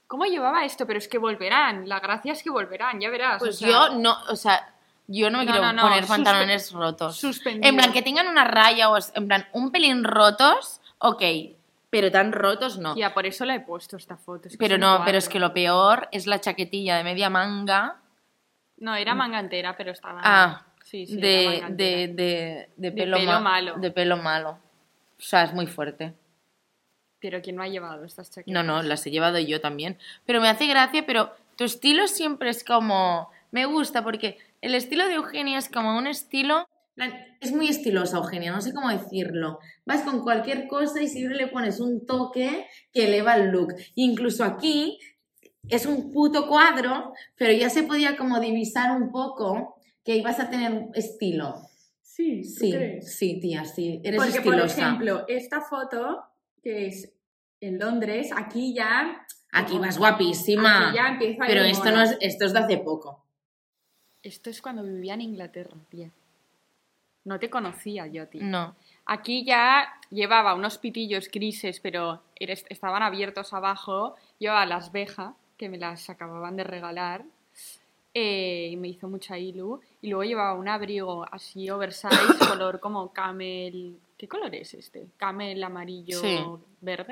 Speaker 1: ¿Cómo llevaba esto? Pero es que volverán, la gracia es que volverán, ya verás. o
Speaker 2: Pues
Speaker 1: sea,
Speaker 2: yo no, o sea, yo no me
Speaker 1: No,
Speaker 2: quiero
Speaker 1: no, no,
Speaker 2: poner
Speaker 1: suspe-
Speaker 2: pantalones rotos.
Speaker 1: suspendido.
Speaker 2: En plan, que tengan una raya o es- en plan, un pelín rotos, ok, pero tan rotos no.
Speaker 1: Ya, por eso la he puesto esta foto. es que
Speaker 2: Pero
Speaker 1: son
Speaker 2: no, pero es
Speaker 1: cuatro.
Speaker 2: que lo peor es la chaquetilla de media manga
Speaker 1: No, era manga entera, pero estaba.
Speaker 2: Ah,
Speaker 1: sí, sí, era
Speaker 2: de,
Speaker 1: manga entera.
Speaker 2: de, de, de pelo,
Speaker 1: pelo
Speaker 2: ma-
Speaker 1: malo.
Speaker 2: De pelo malo. O sea, es muy fuerte.
Speaker 1: Pero ¿quién no ha llevado estas chaquetas?
Speaker 2: No, no, las he llevado yo también. Pero me hace gracia, pero tu estilo siempre es como... Me gusta porque el estilo de Eugenia es como un estilo... plan, Es muy estilosa Eugenia, no sé cómo decirlo. Vas con cualquier cosa y siempre le pones un toque que eleva el look. Incluso aquí es un puto cuadro, pero ya se podía como divisar un poco que ibas a tener estilo.
Speaker 1: Sí,
Speaker 2: Sí, sí, tía, sí. Eres
Speaker 3: Porque, por
Speaker 2: estilosa.
Speaker 3: ejemplo, esta foto, que es en Londres, aquí ya,
Speaker 2: Aquí vas guapísima.
Speaker 3: aquí ya empieza
Speaker 2: Ah, Pero
Speaker 3: el
Speaker 2: esto
Speaker 3: mono.
Speaker 2: no es, esto es de hace poco.
Speaker 1: Esto es cuando vivía en Inglaterra, tía. No te conocía yo, tía.
Speaker 2: No.
Speaker 1: Aquí ya llevaba unos pitillos grises, pero eres- estaban abiertos abajo. Llevaba las vejas, que me las acababan de regalar. eh, y me hizo mucha ilu. Y luego llevaba un abrigo así oversize, color como camel... ¿Qué color es este? Camel amarillo
Speaker 2: Sí.
Speaker 1: verde.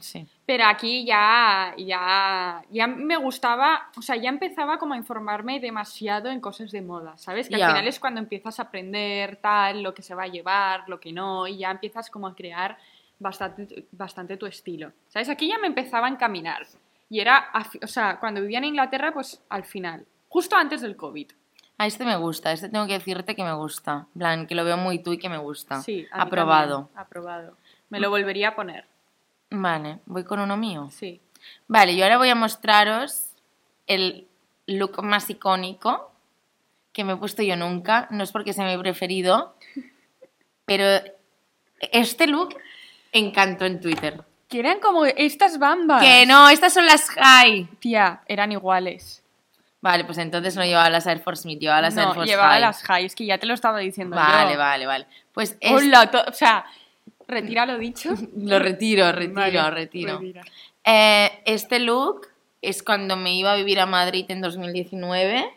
Speaker 2: sí.
Speaker 1: Pero aquí ya, ya, ya me gustaba, o sea, ya empezaba como a informarme demasiado en cosas de moda, ¿sabes? Que
Speaker 2: Ya.
Speaker 1: al final es cuando empiezas a aprender tal, lo que se va a llevar, lo que no, y ya empiezas como a crear bastante, bastante tu estilo, ¿sabes? Aquí ya me empezaba a encaminar. Y era, afi- o sea, cuando vivía en Inglaterra, pues al final, justo antes del COVID.
Speaker 2: A este me gusta, a este tengo que decirte que me gusta. En plan, que lo veo muy tú y que me gusta.
Speaker 1: Sí, a mí
Speaker 2: Aprobado.
Speaker 1: también, Ah, aprobado. Me lo volvería a poner,
Speaker 2: Vale, voy con uno mío.
Speaker 1: sí.
Speaker 2: Vale, yo ahora voy a mostraros el look más icónico que me he puesto yo nunca. No es porque sea mi preferido, pero este look encantó en Twitter.
Speaker 1: Que eran como estas bambas.
Speaker 2: Que no, estas son las high.
Speaker 1: Tía, eran iguales.
Speaker 2: Vale, pues entonces no llevaba las Air Force Mid, llevaba las Air
Speaker 1: no,
Speaker 2: Force
Speaker 1: llevaba
Speaker 2: High.
Speaker 1: las highs, que ya te lo estaba diciendo
Speaker 2: Vale,
Speaker 1: yo.
Speaker 2: vale, vale. Pues es-
Speaker 1: Hola, to- o sea, retira lo dicho.
Speaker 2: lo retiro, retiro,
Speaker 1: Vale,
Speaker 2: retiro.
Speaker 1: retira.
Speaker 2: Eh, este look es cuando me iba a vivir a Madrid en 2019.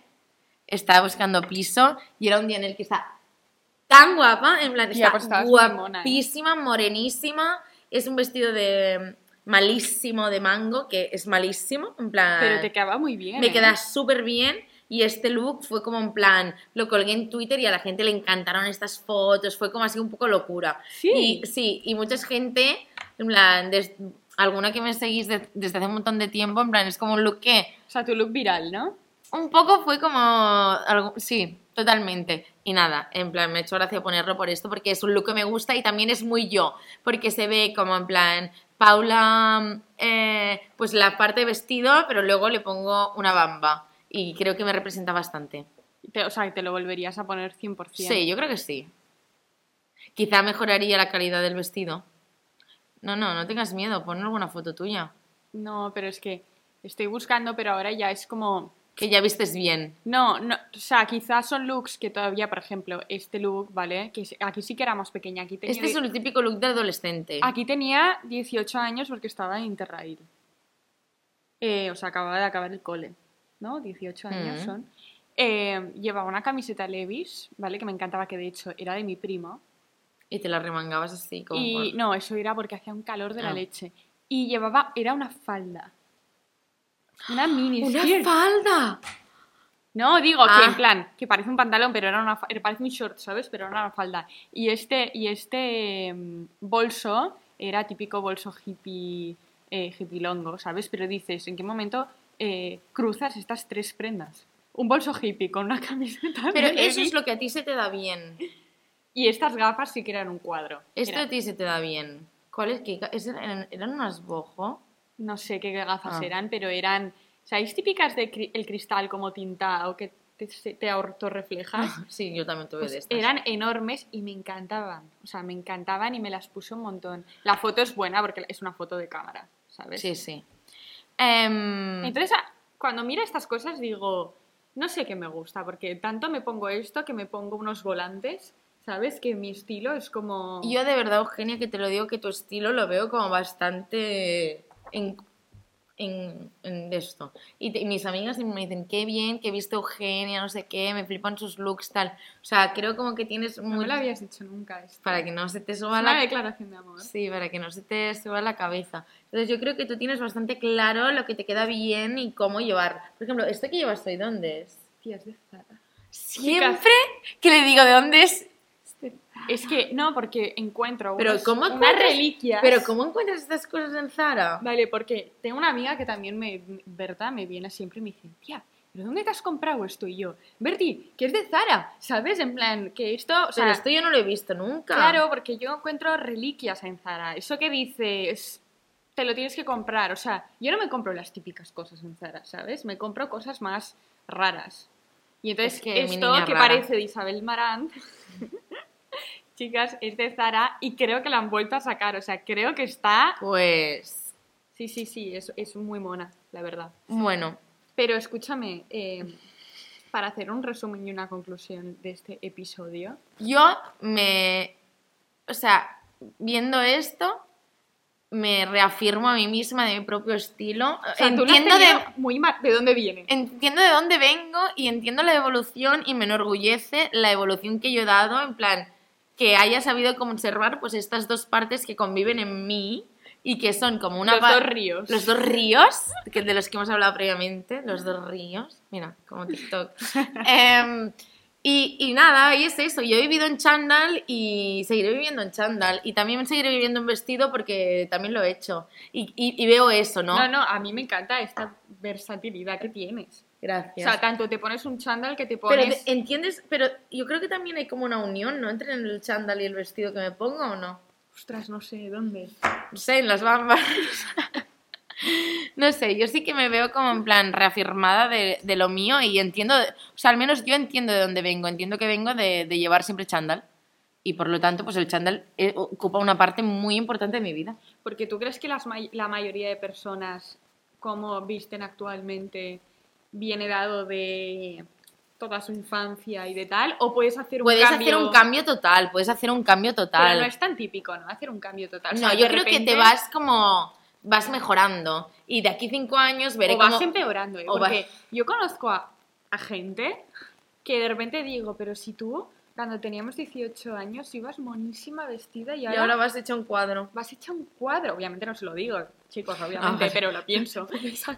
Speaker 2: Estaba buscando piso y era un día en el que está tan guapa, en plan,
Speaker 1: Ya,
Speaker 2: está
Speaker 1: pues estabas muy mona, ¿eh?
Speaker 2: guapísima, morenísima. Es un vestido de malísimo de mango, que es malísimo, en plan.
Speaker 1: Pero te quedaba muy bien.
Speaker 2: Me
Speaker 1: ¿eh?
Speaker 2: queda súper bien. Y este look fue como en plan, lo colgué en Twitter y a la gente le encantaron estas fotos, fue como así un poco locura.
Speaker 1: Sí.
Speaker 2: Y, sí, y mucha gente en plan, des- alguna que me seguís de- desde hace un montón de tiempo, en plan, es como un look que
Speaker 1: O sea, tu look viral, ¿no?
Speaker 2: un poco fue como. algo- sí, totalmente. Y nada, en plan, me ha hecho gracia ponerlo por esto porque es un look que me gusta y también es muy yo. Porque se ve como en plan. Paula, eh, pues la parte de vestido, pero luego le pongo una bamba. Y creo que me representa bastante.
Speaker 1: Te- o sea, te lo volverías a poner 100%.
Speaker 2: Sí, yo creo que sí. Quizá mejoraría la calidad del vestido. No, no, no tengas miedo, pon alguna foto tuya.
Speaker 1: No, pero es que estoy buscando, pero ahora ya es como...
Speaker 2: Que ya vistes bien.
Speaker 1: No, no, o sea, quizás son looks que todavía, por ejemplo, este look, ¿vale? Que es- aquí sí que era más pequeña, aquí tenía, Ah.
Speaker 2: Este es
Speaker 1: die-
Speaker 2: el típico look de adolescente.
Speaker 1: aquí tenía 18 años porque estaba en Interrail. Eh, o sea, acababa de acabar el cole, ¿no? 18 años
Speaker 2: Mm.
Speaker 1: son. Eh, llevaba una camiseta Levis, ¿vale? Que me encantaba, que de hecho era de mi primo.
Speaker 2: Y te la remangabas así como...
Speaker 1: Y
Speaker 2: por-
Speaker 1: no, eso era porque hacía un calor de la
Speaker 2: Ah.
Speaker 1: leche. Y llevaba, era una falda. Una mini
Speaker 2: ¡Una
Speaker 1: skirt.
Speaker 2: falda!
Speaker 1: No, digo
Speaker 2: Ah.
Speaker 1: que en plan, que parece un pantalón, pero era una fa- eh, parece un short, ¿sabes? Pero era una falda. Y este, y este mm, bolso era típico bolso hippie, eh, hippie longo, ¿sabes? Pero dices, ¿en qué momento eh, cruzas estas tres prendas? Un bolso hippie con una camiseta.
Speaker 2: Pero
Speaker 1: de
Speaker 2: eso es
Speaker 1: Levi's
Speaker 2: lo que a ti se te da bien.
Speaker 1: Y estas gafas sí que eran un cuadro.
Speaker 2: Esto
Speaker 1: Era-
Speaker 2: a ti se te da bien. ¿Cuál es? ¿Qué ca- es- ¿Eran, eran unas bojo?
Speaker 1: no sé qué gafas
Speaker 2: Ah.
Speaker 1: eran, pero eran, ¿sabéis típicas de cri- el cristal como tinta o que te, se- te autorreflejas?
Speaker 2: Sí, yo también tuve
Speaker 1: Pues
Speaker 2: de estas.
Speaker 1: eran enormes y me encantaban. O sea, me encantaban y me las puse un montón. La foto es buena porque es una foto de cámara, ¿sabes?
Speaker 2: Sí, sí. Em,
Speaker 1: Entonces, a- cuando miro estas cosas digo, no sé qué me gusta, porque tanto me pongo esto que me pongo unos volantes, ¿sabes? Que mi estilo es como...
Speaker 2: Yo de verdad, Eugenia, que te lo digo, que tu estilo lo veo como bastante en, en, en de esto. Y, te- y mis amigas me dicen, qué bien, que he visto Eugenia, no sé qué, me flipan sus looks, tal. O sea, creo como que tienes
Speaker 1: No
Speaker 2: muy...
Speaker 1: me lo habías dicho nunca esto.
Speaker 2: Para que no se te suba
Speaker 1: es
Speaker 2: la...
Speaker 1: una declaración de amor.
Speaker 2: Sí, para que no se te suba la cabeza. Entonces yo creo que tú tienes bastante claro lo que te queda bien y cómo llevar. Por ejemplo, ¿esto que llevas hoy dónde es?
Speaker 1: Tía, es de Zara.
Speaker 2: Siempre que le digo de dónde es...
Speaker 1: Es que no, porque encuentro
Speaker 2: Pero
Speaker 1: unos-
Speaker 2: ¿cómo
Speaker 1: unas
Speaker 2: encuentras-
Speaker 1: reliquias.
Speaker 2: Pero ¿cómo encuentras estas cosas en Zara?
Speaker 1: Vale, porque tengo una amiga que también me, verdad, me viene siempre y me dice, tía, ¿pero dónde te has comprado esto? Y yo, Berti, que es de Zara, ¿sabes? En plan, que esto, o sea,
Speaker 2: Pero esto yo no lo he visto nunca.
Speaker 1: claro, porque yo encuentro reliquias en Zara. Eso que dices, te lo tienes que comprar. O sea, yo no me compro las típicas cosas en Zara, ¿sabes? Me compro cosas más raras. Y entonces
Speaker 2: Es que mi
Speaker 1: esto
Speaker 2: niña
Speaker 1: que
Speaker 2: rara.
Speaker 1: parece de Isabel Marant, chicas, es de Zara y creo que la han vuelto a sacar. O sea, creo que está
Speaker 2: Pues
Speaker 1: Sí, sí, sí, es, es muy mona, la verdad.
Speaker 2: bueno,
Speaker 1: Pero escúchame, eh, para hacer un resumen y una conclusión de este episodio,
Speaker 2: yo me, o sea, viendo esto me reafirmo a mí misma de mi propio estilo.
Speaker 1: o sea, tú lo has
Speaker 2: entiendo de Eh,
Speaker 1: tenido muy ma- de dónde viene.
Speaker 2: entiendo de dónde vengo y entiendo la evolución y me enorgullece la evolución que yo he dado, en plan, que haya sabido conservar pues estas dos partes que conviven en mí y que son como una...
Speaker 1: Los
Speaker 2: pa-
Speaker 1: dos ríos.
Speaker 2: Los dos ríos, que de los que hemos hablado previamente, los dos ríos, mira, como TikTok. Em, y, y nada, y es eso, yo he vivido en chándal y seguiré viviendo en chándal y también seguiré viviendo en vestido porque también lo he hecho y, y- y veo eso, ¿no?
Speaker 1: No, no, a mí me encanta esta versatilidad que tienes. O
Speaker 2: Gracias.
Speaker 1: sea, tanto te pones un chándal que te
Speaker 2: Pero
Speaker 1: pones...
Speaker 2: te- entiendes, pero yo creo que también hay como una unión, ¿no? Entre el chándal y el vestido que me pongo o no.
Speaker 1: Ostras, no sé dónde.
Speaker 2: No sé, en las bambas. no sé, yo sí que me veo como en plan reafirmada de, de lo mío y entiendo, o sea, al menos yo entiendo de dónde vengo, entiendo que vengo de, de llevar siempre chándal. Y por lo tanto, pues el chándal eh, ocupa una parte muy importante de mi vida.
Speaker 1: Porque tú crees que las may- la mayoría de personas, como visten actualmente, viene dado de toda su infancia y de tal, o puedes hacer un
Speaker 2: Puedes
Speaker 1: cambio...
Speaker 2: hacer un cambio total, puedes hacer un cambio total.
Speaker 1: Pero no es tan típico, ¿no? Hacer un cambio total. O
Speaker 2: No,
Speaker 1: sea,
Speaker 2: yo
Speaker 1: de
Speaker 2: creo que
Speaker 1: repente-
Speaker 2: te vas como, vas mejorando. Y de aquí cinco años veré
Speaker 1: O vas
Speaker 2: cómo-
Speaker 1: empeorando, ¿eh?
Speaker 2: o vas-
Speaker 1: Porque yo conozco a, a gente que de repente digo, pero si tú, cuando teníamos 18 años, ibas monísima vestida y
Speaker 2: Y
Speaker 1: ahora,
Speaker 2: ahora vas hecho un cuadro.
Speaker 1: vas hecha un cuadro. Obviamente no se lo digo, chicos, obviamente,
Speaker 2: Ah, vale.
Speaker 1: pero lo pienso.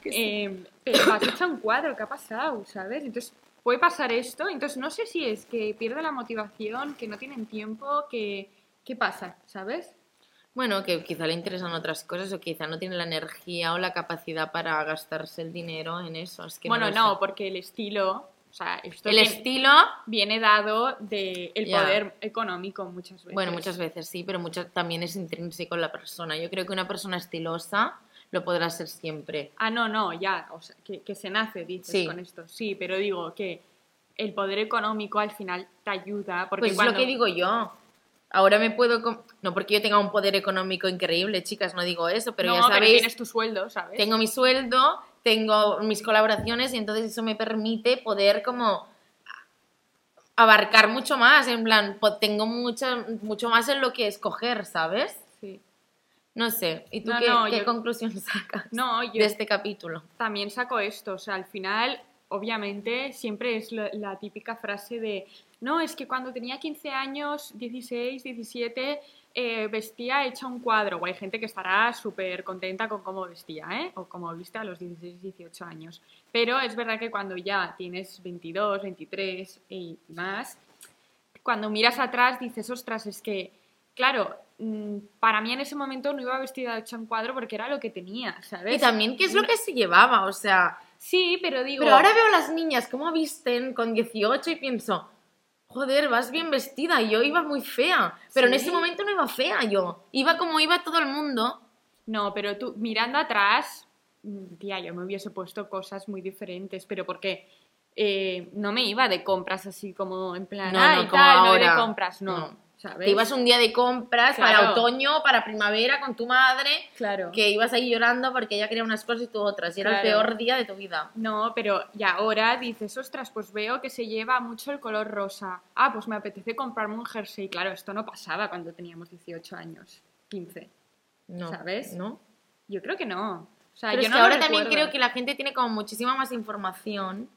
Speaker 1: Eh, pero vas hecha un cuadro, ¿qué ha pasado? ¿Sabes? Entonces puede pasar esto. Entonces no sé si es que pierden la motivación, que no tienen tiempo, que... ¿Qué pasa? ¿Sabes?
Speaker 2: Bueno, que quizá le interesan otras cosas o quizá no tiene la energía o la capacidad para gastarse el dinero en eso. Es que
Speaker 1: bueno,
Speaker 2: lo
Speaker 1: no,
Speaker 2: sé.
Speaker 1: porque el estilo, o sea, esto
Speaker 2: El
Speaker 1: que
Speaker 2: estilo,
Speaker 1: viene dado del el
Speaker 2: Ya.
Speaker 1: poder económico muchas veces.
Speaker 2: bueno, muchas veces sí, pero muchas, también es intrínseco en la persona. Yo creo que una persona estilosa lo podrá ser siempre.
Speaker 1: Ah, no, no, ya, o sea, que, que se nace, dices,
Speaker 2: Sí.
Speaker 1: con esto. Sí, pero digo que el poder económico al final te ayuda, porque
Speaker 2: Pues es
Speaker 1: cuando...
Speaker 2: lo que digo yo. Ahora me puedo... com- No porque yo tenga un poder económico increíble, chicas, no digo eso, pero
Speaker 1: no,
Speaker 2: ya sabéis...
Speaker 1: tienes tu sueldo, ¿sabes?
Speaker 2: tengo mi sueldo, tengo mis colaboraciones y entonces eso me permite poder como abarcar mucho más, en plan, po- tengo mucho, mucho más en lo que escoger, ¿sabes?
Speaker 1: Sí.
Speaker 2: No sé, ¿y tú
Speaker 1: No,
Speaker 2: qué,
Speaker 1: no,
Speaker 2: qué
Speaker 1: yo-
Speaker 2: conclusión sacas
Speaker 1: No, yo
Speaker 2: de este capítulo?
Speaker 1: también saco esto, o sea, al final, obviamente, siempre es la, la típica frase de, no, es que cuando tenía 15 años, 16, 17, eh, vestía hecha un cuadro, o hay gente que estará súper contenta con cómo vestía, ¿eh? O como viste a los 16, 18 años. Pero es verdad que cuando ya tienes 22, 23 y más, cuando miras atrás dices, ostras, es que, claro, mm, para mí en ese momento no iba vestida hecha un cuadro porque era lo que tenía, ¿sabes?
Speaker 2: Y también qué es lo que se llevaba, o sea,
Speaker 1: Sí, pero digo.
Speaker 2: pero ahora veo a las niñas cómo visten con 18 y pienso, joder, vas bien vestida, yo iba muy fea, pero en
Speaker 1: Sí.
Speaker 2: ese momento no iba fea yo, iba como iba todo el mundo,
Speaker 1: No, pero tú, mirando atrás, mm, tía, yo me hubiese puesto cosas muy diferentes, pero porque eh, no me iba de compras así como en plan,
Speaker 2: No, no,
Speaker 1: ay,
Speaker 2: como
Speaker 1: tal, me voy de
Speaker 2: ahora.
Speaker 1: compras, no.
Speaker 2: No.
Speaker 1: ¿sabes?
Speaker 2: Te ibas un día de compras para
Speaker 1: Claro.
Speaker 2: otoño, para primavera con tu madre,
Speaker 1: Claro.
Speaker 2: que ibas ahí llorando porque ella quería unas cosas y tú otras, y era el
Speaker 1: Claro.
Speaker 2: peor día de tu vida.
Speaker 1: No, pero y ahora dices, ostras, pues veo que se lleva mucho el color rosa. Ah, pues me apetece comprarme un jersey. Claro, esto no pasaba cuando teníamos 18 años, 15.
Speaker 2: No,
Speaker 1: ¿Sabes?
Speaker 2: No.
Speaker 1: Yo creo que no. O sea,
Speaker 2: Pero
Speaker 1: yo
Speaker 2: es
Speaker 1: no
Speaker 2: que
Speaker 1: lo
Speaker 2: ahora también
Speaker 1: recuerdo.
Speaker 2: creo que la gente tiene como muchísima más información.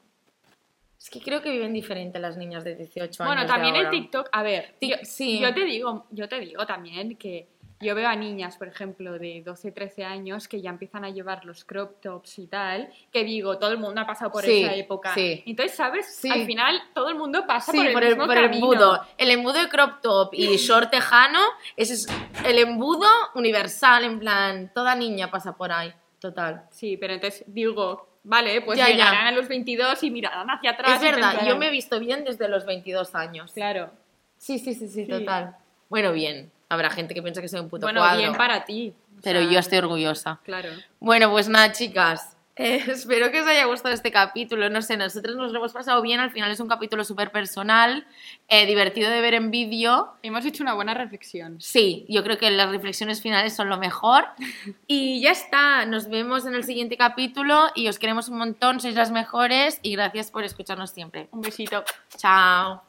Speaker 2: Es que creo que viven diferente las niñas de 18 años.
Speaker 1: Bueno,
Speaker 2: de
Speaker 1: también el
Speaker 2: ahora.
Speaker 1: TikTok, a ver,
Speaker 2: Tic-
Speaker 1: yo,
Speaker 2: sí.
Speaker 1: yo te digo, yo te digo también que yo veo a niñas, por ejemplo, de 12, 13 años que ya empiezan a llevar los crop tops y tal, que digo, todo el mundo ha pasado por
Speaker 2: Sí,
Speaker 1: esa época.
Speaker 2: sí.
Speaker 1: Entonces, ¿sabes?
Speaker 2: Sí.
Speaker 1: Al final todo el mundo pasa
Speaker 2: Sí,
Speaker 1: por el
Speaker 2: por el,
Speaker 1: mismo
Speaker 2: por el
Speaker 1: camino.
Speaker 2: embudo. El embudo de crop top y short tejano, ese es el embudo universal, en plan, toda niña pasa por ahí, total.
Speaker 1: Sí, pero entonces digo, vale, pues
Speaker 2: Ya, ya.
Speaker 1: llegarán a los 22 y mirarán hacia atrás.
Speaker 2: es
Speaker 1: y
Speaker 2: verdad, yo
Speaker 1: pensarán,
Speaker 2: me he visto bien desde los 22 años.
Speaker 1: Claro.
Speaker 2: Sí, sí, sí, sí,
Speaker 1: Sí.
Speaker 2: total. Bueno, bien. Habrá gente que piensa que soy un puto
Speaker 1: Bueno,
Speaker 2: cuadro.
Speaker 1: bien para ti. o
Speaker 2: Pero
Speaker 1: sea,
Speaker 2: yo estoy orgullosa.
Speaker 1: Claro.
Speaker 2: Bueno, pues nada, chicas. Eh, espero que os haya gustado este capítulo. No sé, nosotros nos lo hemos pasado bien. Al final es un capítulo súper personal, eh, divertido de ver en vídeo.
Speaker 1: Hemos hecho una buena reflexión.
Speaker 2: Sí, yo creo que las reflexiones finales son lo mejor. Y ya está. Nos vemos en el siguiente capítulo y os queremos un montón. Sois las mejores y gracias por escucharnos siempre.
Speaker 1: Un besito.
Speaker 2: Chao.